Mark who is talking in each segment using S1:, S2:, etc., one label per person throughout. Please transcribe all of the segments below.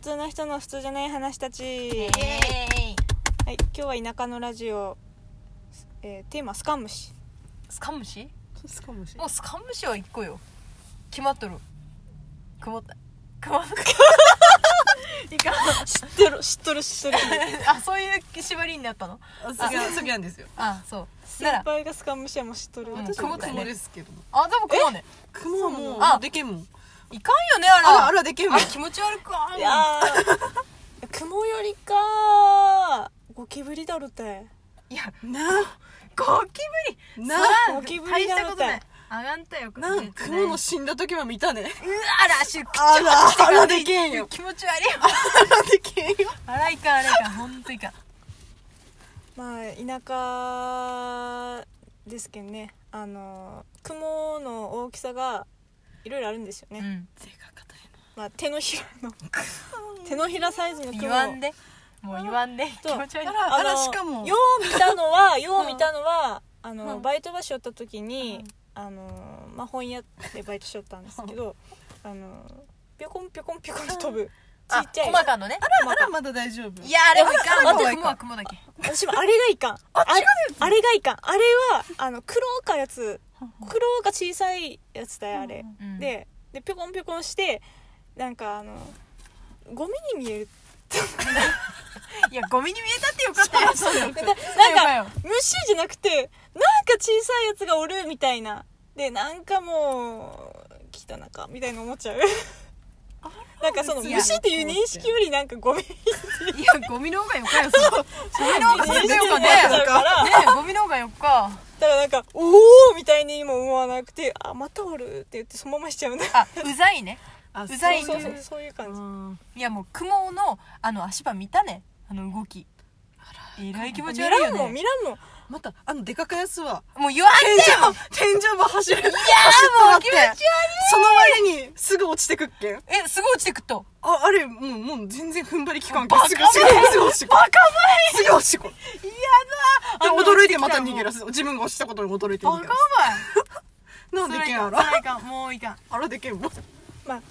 S1: 通の人の普通じゃない話たち、
S2: イエーイ
S1: はい、今日は田舎のラジオ、えーテーマスカムシ
S2: スカムシ
S3: スカムシ
S2: もうスカムシは一個よ決まっとるくもったくもった
S1: 知ってる知っとる知っとる
S2: あそういう縛りになったの
S3: あ好きな好きなんですよ
S2: あそうな
S1: 先
S2: ら
S1: 輩がスカムシはもう知っとる、
S2: うん
S1: 私
S2: 雲
S1: も
S3: 雲
S2: だよね
S3: ですけども
S2: あでもくもね
S3: 雲はもう
S2: あ
S3: でけんもん
S2: いかんよねあら
S3: あらあらでけんもん
S2: あ気持ち悪くあん
S1: いやー雲よりかゴキブリだろて
S2: いや
S3: な
S2: ゴキブリ
S3: な
S2: さあ
S1: ゴキブリ
S2: 大し
S1: だ
S2: た
S1: ろ
S2: ことない上がんたよ
S3: な雲の死んだ時は見たね
S2: うわあらしゅ
S3: あらあらでけんよ
S2: 気持ち悪いよ
S3: あらでけんよ
S2: あらいかんあらいかんほんといかん
S1: まあ田舎ですけどねあの雲の大きさがいろいろあるんですよね、
S2: うん
S3: 手が硬い
S1: まあ、手のひらの手のひらサイズの雲
S2: 言わんでもう言わんで気
S1: と
S2: 持ち悪い
S3: あら
S1: あの
S3: しかも
S1: よう見たのはよ う見たのはあの、
S3: うん
S1: バイト場所おった時に、あのまあ、本屋でバイトしよったんですけどあのピョコンピョコンピョコンと飛ぶち
S2: あ
S1: っちゃい
S2: 細かのね
S3: なあらまだ大丈夫
S2: いやあれもいかん
S3: 待って
S2: 雲は雲だけ
S1: 私もあれがいかん あれあれがいかんあれはあの黒かやつ黒か小さいやつだよあれ、
S2: うん
S1: ででピョコンピョコンしてなんかあのゴミに見える
S2: いやゴミに見えたってよかったよそうだよ
S1: なんか虫じゃなくてなんか小さいやつがおるみたいなでなんかもう汚かみたいな思っちゃうなんかその
S3: いや
S1: 虫っていう認識よりなんかゴミ
S2: いやゴミの方がよかよそうゴミの方が
S1: 認
S2: 全
S1: 識
S2: 然よ
S1: にな
S2: か
S1: っ
S2: ね
S1: ちゃうから
S2: ねゴミの方がよか
S1: だからなんかおおみたいにも思わなくてあまたおるって言ってそのまましちゃうんだ
S2: あうざいね
S3: あ
S2: うざい
S1: そ
S2: ね
S1: うそうそういう感じ
S3: うん
S2: いやもう雲のあの足場見たねあの動きえらい気持ち
S1: ミ
S2: 悪い
S1: ラ
S2: よ
S1: ンも
S2: ね
S1: ミランも
S3: またあのでかかやつは
S2: もう言わん
S3: 天
S2: で
S3: 井天井も走るいや
S2: もう気持ち悪い
S3: その前にすぐ落ちてくっけん
S2: えすごい落ちてくっと
S3: ああれもうもう全然踏ん張りきかんけ
S2: バカ
S3: すぐすぐすぐ落ちてく
S2: バカ
S3: すぐ落ちてく
S2: 前や
S3: で
S2: だ
S3: 驚いてまた逃げ出す自分が落ちたことに驚いて
S2: バ
S3: 逃
S2: カ
S3: げ出
S2: 前
S3: すなんで
S2: それ
S3: け
S2: い
S3: ん
S2: か
S3: あ
S2: んそ
S3: ら
S2: れいかんもういかん
S3: あらでけんも
S1: まあ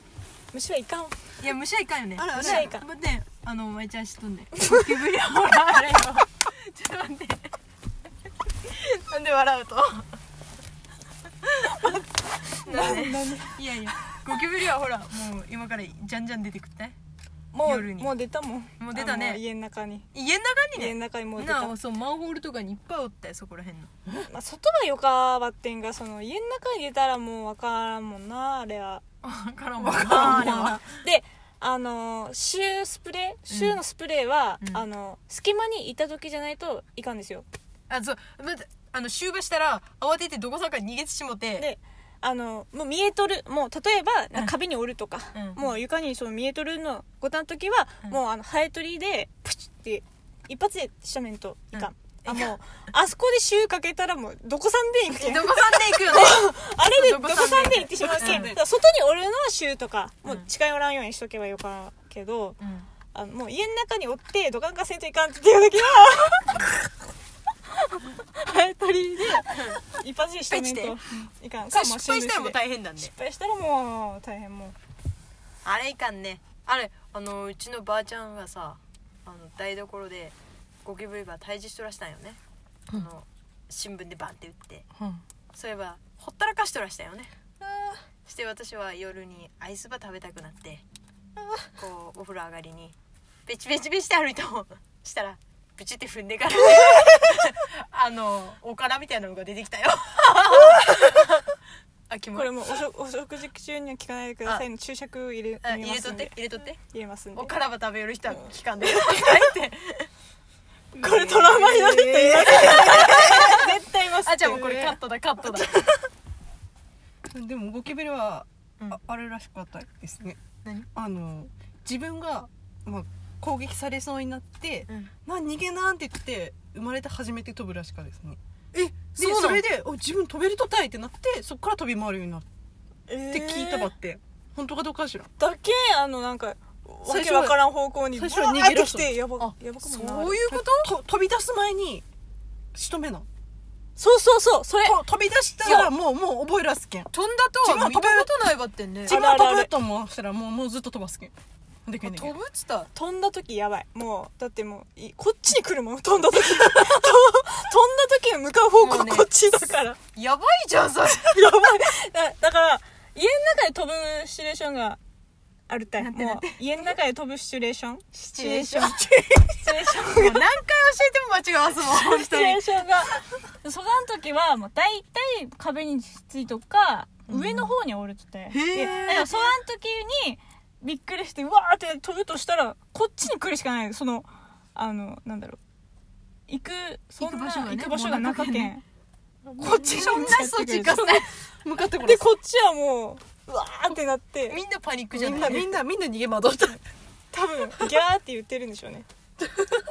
S1: 虫はいかん
S2: いや虫はいかんよね
S3: あら
S1: 虫はいかん
S2: 待ってあのお前ちゃんしとんねゴキブリはもらあれよちょっと待ってなんで笑うとなんでいやいやゴキブリはほらもう今からじゃんじゃん出てくって
S1: もう
S2: 夜に
S1: もう出たもん
S2: もう出たね
S1: あの家の中に
S2: 家の中
S1: 家の
S2: にね
S1: 中にもう出た
S2: なあそうマンホールとかにいっぱいおったよそこらへんの
S1: まあ、外がよかばってんがその家の中に出たらもうわからんもんなあれは
S2: わからんわからんあれは
S1: であのーシュースプレーシューのスプレーは、
S2: うん
S1: あの隙間にいた時じゃないといかんですよ
S2: あそう待ってあの終がしたら慌ててどこさんか逃げてしもて
S1: であのもう見えとるもう例えば、
S2: うん
S1: 壁におるとか、
S2: うん
S1: もう床にその見えとるのごたの時は、
S2: うん
S1: もうあのハエ取りでプチって一発でしとめんといかん、あ
S2: いかん
S1: もうあそこでシューかけたらもうどこさんでいくけん
S2: どこさんで行くよね
S1: あれでど
S2: ど
S1: こ
S2: こ
S1: さ
S2: さ
S1: んで
S2: んで
S1: 行ってしまうけ、
S2: うん
S1: だから外におるのは州とか、もううん近寄らんようにしとけばよかけど、
S2: うん
S1: あのもう家の中におってドカンカせんといかんっていう 時はハエ取りで一発でしとめんと
S2: ペチ
S1: いかん
S2: そ
S1: か
S2: れ失敗したらもう
S1: 変
S2: 大変だね
S1: 失敗したらもう大変もう
S2: あれいかんねあれあのうちのばあちゃんがさあの台所でゴキブリが退治しとらしたんよね、あの新聞でバンって打ってそういえばほったらかしとらしたよねそして私は夜にアイスバ食べたくなってこうお風呂上がりにベチベチベチって歩いたもんしたらブチって踏んでからね あのおからみたいなのが出てきたよ あ気持
S1: こ
S2: ち
S1: れもうお食お食事中には聞かないでくださいの注釈入れ
S2: あ
S1: 入れ
S2: 入
S1: ま
S2: れ
S1: す
S2: とっ
S1: ん
S2: て
S1: で
S2: 入れとって
S1: 入れますんで
S2: お
S1: こ
S2: からば食べよる人は期間で
S1: れトラウマになる人いない絶対います
S2: あじゃあもうこれカットだカットだ
S3: でもゴキブリは、
S2: うん
S3: ああれらしかったですね
S2: 何
S3: あの自分が、まあ、攻撃されそうになって
S2: うん
S3: 「な逃げな」って言って生まれて初めて飛ぶらしかですね
S2: え
S3: でそれでお自分飛べるとたいってなってそっから飛び回るようになっ
S1: えー
S3: て聞いたばって、本当かどうかは知らん
S1: だけあのなんかわ
S3: 最
S1: け
S3: 初は
S1: わからん方向に
S3: 最初は
S1: ブワーって
S3: 逃げ出
S1: き
S3: す
S1: てやば
S2: あ
S1: やばくもな
S2: そういうこと
S3: と飛び出す前に仕留めな
S1: そうそうそうそれ
S3: と飛び出した
S1: そ
S3: らもうもう覚えらすけん
S2: 飛んだとは見たことないばってんね
S3: 自分
S1: あ
S3: は
S1: るある
S3: 飛ぶと思ったらもうもうずっと飛ばすけんでき
S2: 飛
S3: るんだけど
S2: ぶっつったら
S1: 飛んだ時やばいもうだってもういこっちに来るもん飛んだ時 と飛んだ時の向かう方
S2: も
S1: 向
S2: うね
S1: こっちだから、
S2: やばいじゃんそれ
S1: やばいだだから家の中で飛ぶシチュエーションがあるたい
S3: なんて
S1: も
S3: な
S1: うん
S3: て
S1: 家の中で飛ぶシチュエーションシ
S2: チュエーション
S1: チュエーション
S2: もう何回教えても間違わすもん本
S1: シチュ
S2: 当
S1: エー
S2: に
S1: ションがそがん時はもう大体壁についとくか上の方におるとって
S3: ー
S1: でだからそがん時にびっくりしてうわーって飛ぶとしたらこっちに来るしかないそのあのなんだろう行くそんな
S3: 行く場所がね
S1: 行く場所が中
S3: もう
S1: 県
S3: こっち
S2: そんな措置かさ
S3: 向かってこ
S1: で
S3: れ
S1: こっちはもううわーってなって
S2: みんなパニックじ
S3: み
S2: ゃ
S3: ん
S2: な
S3: ないみんなみんな逃げ惑った
S1: 多分ギャーって言ってるんでしょうね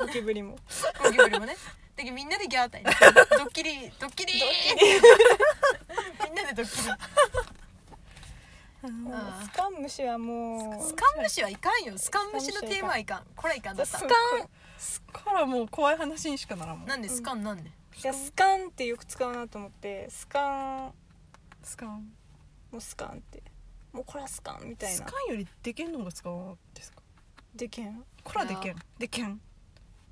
S1: ゴキブリ も
S2: ゴキブリもねだけどみんなでギャータイドッキリドッキリみんなでドッキリ
S1: もうスカンムシはもう
S2: スカンムシはいかんよスカンムシのテーマはいかんこれはいかんだっ
S1: ス
S2: た
S1: カン
S3: すっからもう怖い話にしかならんもん
S2: なんでスカンなんで
S1: いやスカンってよく使うなと思ってスカン
S3: スカン
S1: もうスカンってもうこれはスカンみたい
S3: ス
S1: な
S3: カンよりでけんの方が使うんですか
S1: でけん
S3: こらでけんでけん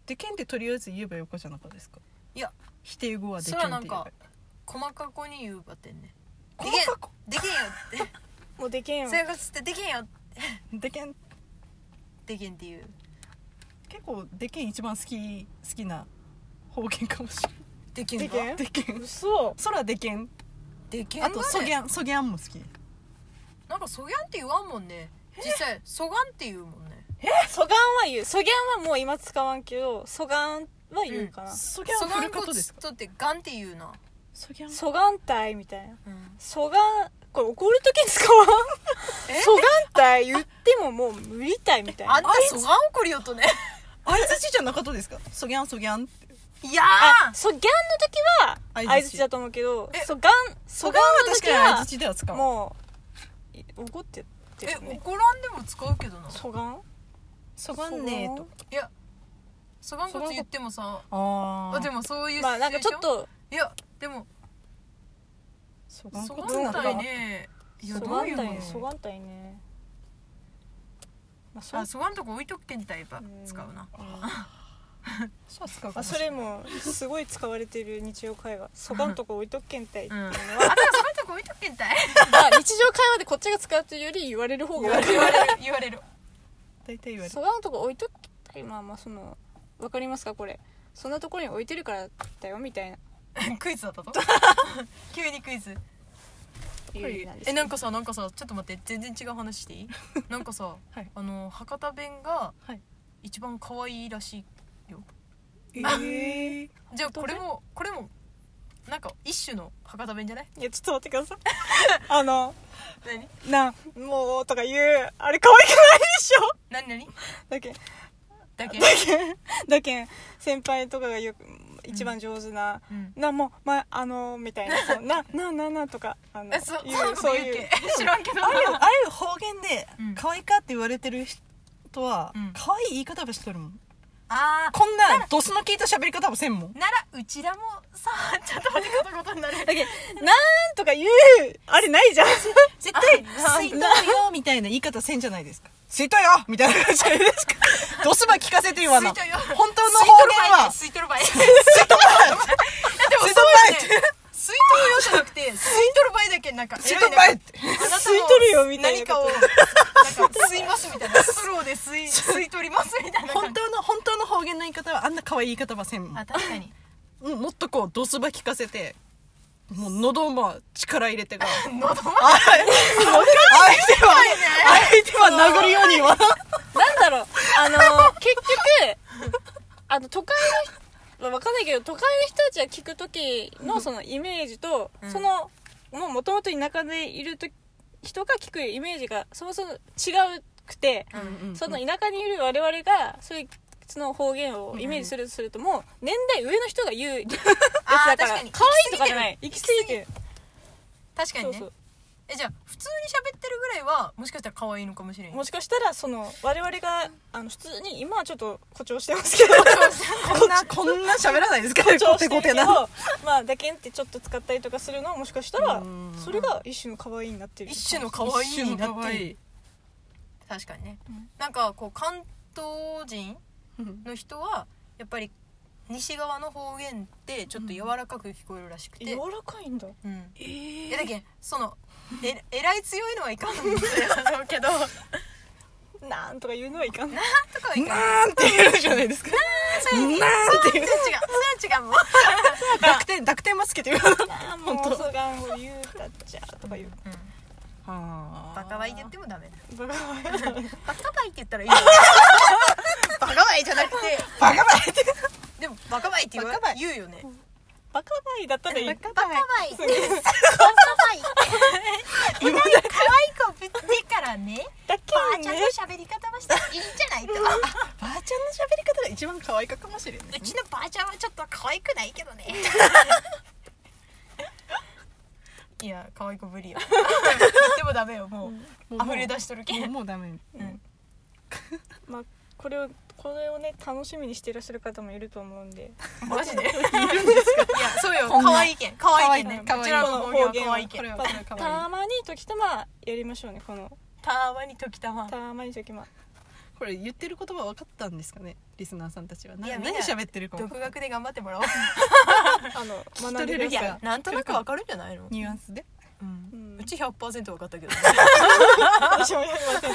S3: でけんってとりあえず言えばよかじゃなかったですか
S2: いや
S3: 否定語はで
S2: そ
S3: けん
S2: れ
S3: って
S2: は
S3: 言
S2: なん
S3: えば
S2: か細かこに言うばってんね
S3: この箱
S2: でけんよって
S1: もうでけんよ
S2: 生活ってでけんよ
S3: でけん
S2: でけんっていう
S3: 結構でけん一番好き好きな方言かもしれな
S2: でけ
S1: で
S2: ん
S1: け
S2: が
S1: ん
S3: いでけん
S1: 嘘
S3: 空でけん
S2: でけんが
S3: あ
S2: ね
S3: とそぎゃんそぎゃんも好き
S2: なんかそぎゃんって言わんもんね実際そがんって言うもんね
S1: ソガンは言うソギャンはもう今使わんけどソガンは言うかな、
S3: そぎゃ
S2: そ
S3: ん振
S2: が
S3: る
S2: んこ
S3: ことで
S2: つ
S3: すか
S2: とってがんって言うな
S3: そぎゃん
S1: ソガン隊みたいな
S2: うん
S1: ソガンこれ怒る時に使わん
S2: え
S1: ソガン隊言ってももう無理隊みたいな
S2: あんたそがん怒るよとね
S3: 相づちじゃなかったですかそぎゃんそぎゃんって
S2: いや
S1: あ
S2: ー
S1: そうギャンの時は
S3: 相
S1: 相
S3: づ
S1: づ
S3: ち
S1: ちだと思うけど
S2: え
S1: そうガンそ
S3: そが
S1: がん
S3: んは
S1: の
S3: 確
S1: 時
S3: かに相
S1: は
S3: づちでは使う
S1: もうい怒ってって
S2: え
S1: るね
S2: 怒らんでも使うけどな
S1: そがん
S3: そがんねえと
S2: いやそがんこつ言ってもさ
S3: あ
S2: あ
S3: あ
S2: でもそういうシチュ
S1: まあ
S2: エー
S1: なんかち
S2: ショ
S1: ょ
S2: ン
S1: っと
S2: いやでも
S3: そがん
S2: そ
S3: こ
S2: が
S3: つなんんだ
S2: 隊ねいや
S1: そ
S2: ど
S1: が
S2: うい
S1: ん
S2: う
S1: た
S2: の
S1: いそがんたいねまあそ
S2: あそがんとこ置いとくけんタイプ使うな
S3: そう使うか
S1: あ
S3: もし
S1: そ
S3: れない
S1: れもすごい使われてる日常 会話そがんとこ置いとっけんたいって
S2: う
S1: いうん
S2: あ
S1: の
S2: だから
S1: は、
S2: そがんとこ置いとくけんたい
S1: まあ日常会話でこっちが使うというより言われる方
S2: 言
S1: が
S2: わ
S1: 多
S2: れ
S1: い
S2: る 言われる言われる
S3: 大体言われる
S1: そがんとこ置いとっけんたいまあまあそのわかりますかこれそんなところに置いてるからだよみたいな
S2: クイズだったと急にクイズ
S1: いう意味なんです
S2: えなんかさなんかさちょっと待って全然違う話 していいなんかさ、
S3: はい
S2: あの博多弁が
S3: はい
S2: 一番可愛いらしい
S3: ええ
S2: じゃあこれもこれもなんか一種の博多弁じゃない
S1: いやちょっと待ってくだ さいあの
S2: 何
S1: なもうとか言うあれ可愛くないでしょ
S2: 何何
S1: だけん
S2: だけ、
S1: だけん先輩とかがよく一番上手な、
S2: うん、
S1: なもうまあのみたいなそうななななとかあの
S2: えそそういうこと言うけ 知らんけど
S3: ああいうああいう方言で
S2: うん
S3: 可愛いかって言われてる人は
S2: うん
S3: 可愛い言い方ばしとるもん
S2: あー
S3: こんなドスの効いた喋り方もせんもん
S2: ならうちらもさちょっと待って片言にな る
S1: だけんなんとか言うあれ ないじゃん
S3: 絶 対
S2: あ
S3: 「水筒よ」みたいな言い方せんじゃないですか「水筒よ」みたいな感じじゃないです かドスば聞かせて言わな
S2: 水筒よ
S3: 本当の方言は
S2: 吸い取る場合吸い取る場合でもそう
S3: 吸い取る
S2: だよね水筒用じゃなくて吸い取る場合だけなんか
S3: 「水筒ばい!」って
S2: あなたも
S1: 吸い取るよみたいな
S2: 何かをなんか吸いますみたいなスローで吸い吸い取りますみたいな
S3: 本
S2: 感じ
S3: 当の本当の方言の言い方はあんな可愛い言い方ばせんもん
S2: あ確かに
S3: うんもっとこうドスば聞かせてもう喉も力入れてが
S2: 喉まで
S3: あ相手は相手は殴るように言わ
S1: な
S3: な
S1: んだろうあの結局あの都会の人わかんないけど都会の人たちが聞く時のそのイメージと、
S2: うん
S1: そのもうもともと田舎でいると人が聞くイメージがそもそも違うくて、その田舎にいる我々がそういうその方言をイメージするとするともう年代上の人が言うやつだから
S2: あ
S1: 可
S2: ー確
S1: 愛
S2: か
S1: い
S2: に
S1: とかじゃない行き過ぎてる
S2: 確か
S1: そ
S2: に
S1: う
S2: ね
S1: そう
S2: えじゃあ普通に喋ってるぐらいはもしかしたら可愛いのかもしれん
S1: もしかしたらその我々があの普通に今はちょっと誇張してますけど
S3: こんなこんな喋らないですから
S1: 誇張
S3: コ
S1: して
S3: テ
S1: る
S3: コ
S1: け
S3: テ
S1: ど
S3: な
S1: まあだけんってちょっと使ったりとかするのはもしかしたら
S3: うん
S1: それが一種の可愛いになってる
S2: 一種の可愛い
S3: 一種の可愛い
S2: 確確かにね、
S1: うん
S2: なんかこう関東人の人はやっぱり西側の方言ってちょっと柔らかく聞こえるらしくて、
S1: 柔らかいんだ
S2: うん
S3: え
S2: えだけんそのええらい強いのはいかんのだろうけど
S1: なんとか言うのはいかんない
S2: とかはいかん
S3: なんて言うじゃないですか
S2: それ
S3: なん
S2: 違う
S3: て言う
S2: それは違うもう
S3: 濁点濁点マスケって言うの
S1: あーもうそがんを言うたっちゃとか言う
S2: バカワイって言ってもダメだ
S1: バカは
S2: バカバイって言ったらいいよバカバイじゃなくて
S3: バカバイって
S2: でもバカバイって言わ
S3: バカバイ
S2: 言うよね
S1: バカバイだったらいい
S2: バカバイバカバイ
S3: 今 だ
S2: 可愛い子ぶってからね
S1: だ
S2: ばあ
S1: けど
S2: ちゃん
S1: ね
S2: の喋り方はしていいんじゃないとう
S3: ばあちゃんの喋り方が一番可愛いかかもしれない
S2: ちのばあちゃんはちょっと可愛くないけどねいや可愛い子ぶりよでもダメよもう溢れ出しとるけ
S3: もうんもうダメ
S2: うん
S1: まあこれをこれをね楽しみにしていらっしゃる方もいると思うんで
S2: マジでいるんですかいやそうよ
S3: こんな
S2: 可愛いけん可愛いけんね
S3: 可愛いけん
S2: こちらの方言は可愛いけ
S3: これ
S2: ん
S3: は
S1: た
S3: これは可愛
S1: たまに時たまやりましょうねこの
S2: たまに時たま
S1: たまに時た ま
S3: いこれ言ってる言葉分かったんですかねリスナーさんたちはない
S2: や
S3: 何
S2: みんな
S3: 喋ってるかも
S2: 独学で頑張ってもらおう
S1: あの
S3: き
S1: 学
S3: 取
S1: びま
S3: れる
S1: し
S2: い
S1: た
S2: やなんとなくわかるんじゃないの
S3: ニュアンスで
S2: うん
S1: うん
S2: うち100%分かったけどね
S1: 私もやりません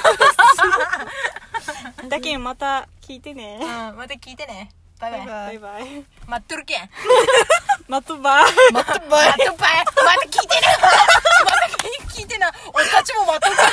S1: だけんまた聞いてね
S2: うんまた聞いてねバイバイ
S1: バ
S3: バ
S1: イ
S3: イ
S1: バイ
S2: 待っとるけん
S1: まとば
S3: また
S2: またばいまた聞いてなまた聞いてな俺たちもまた聞いてな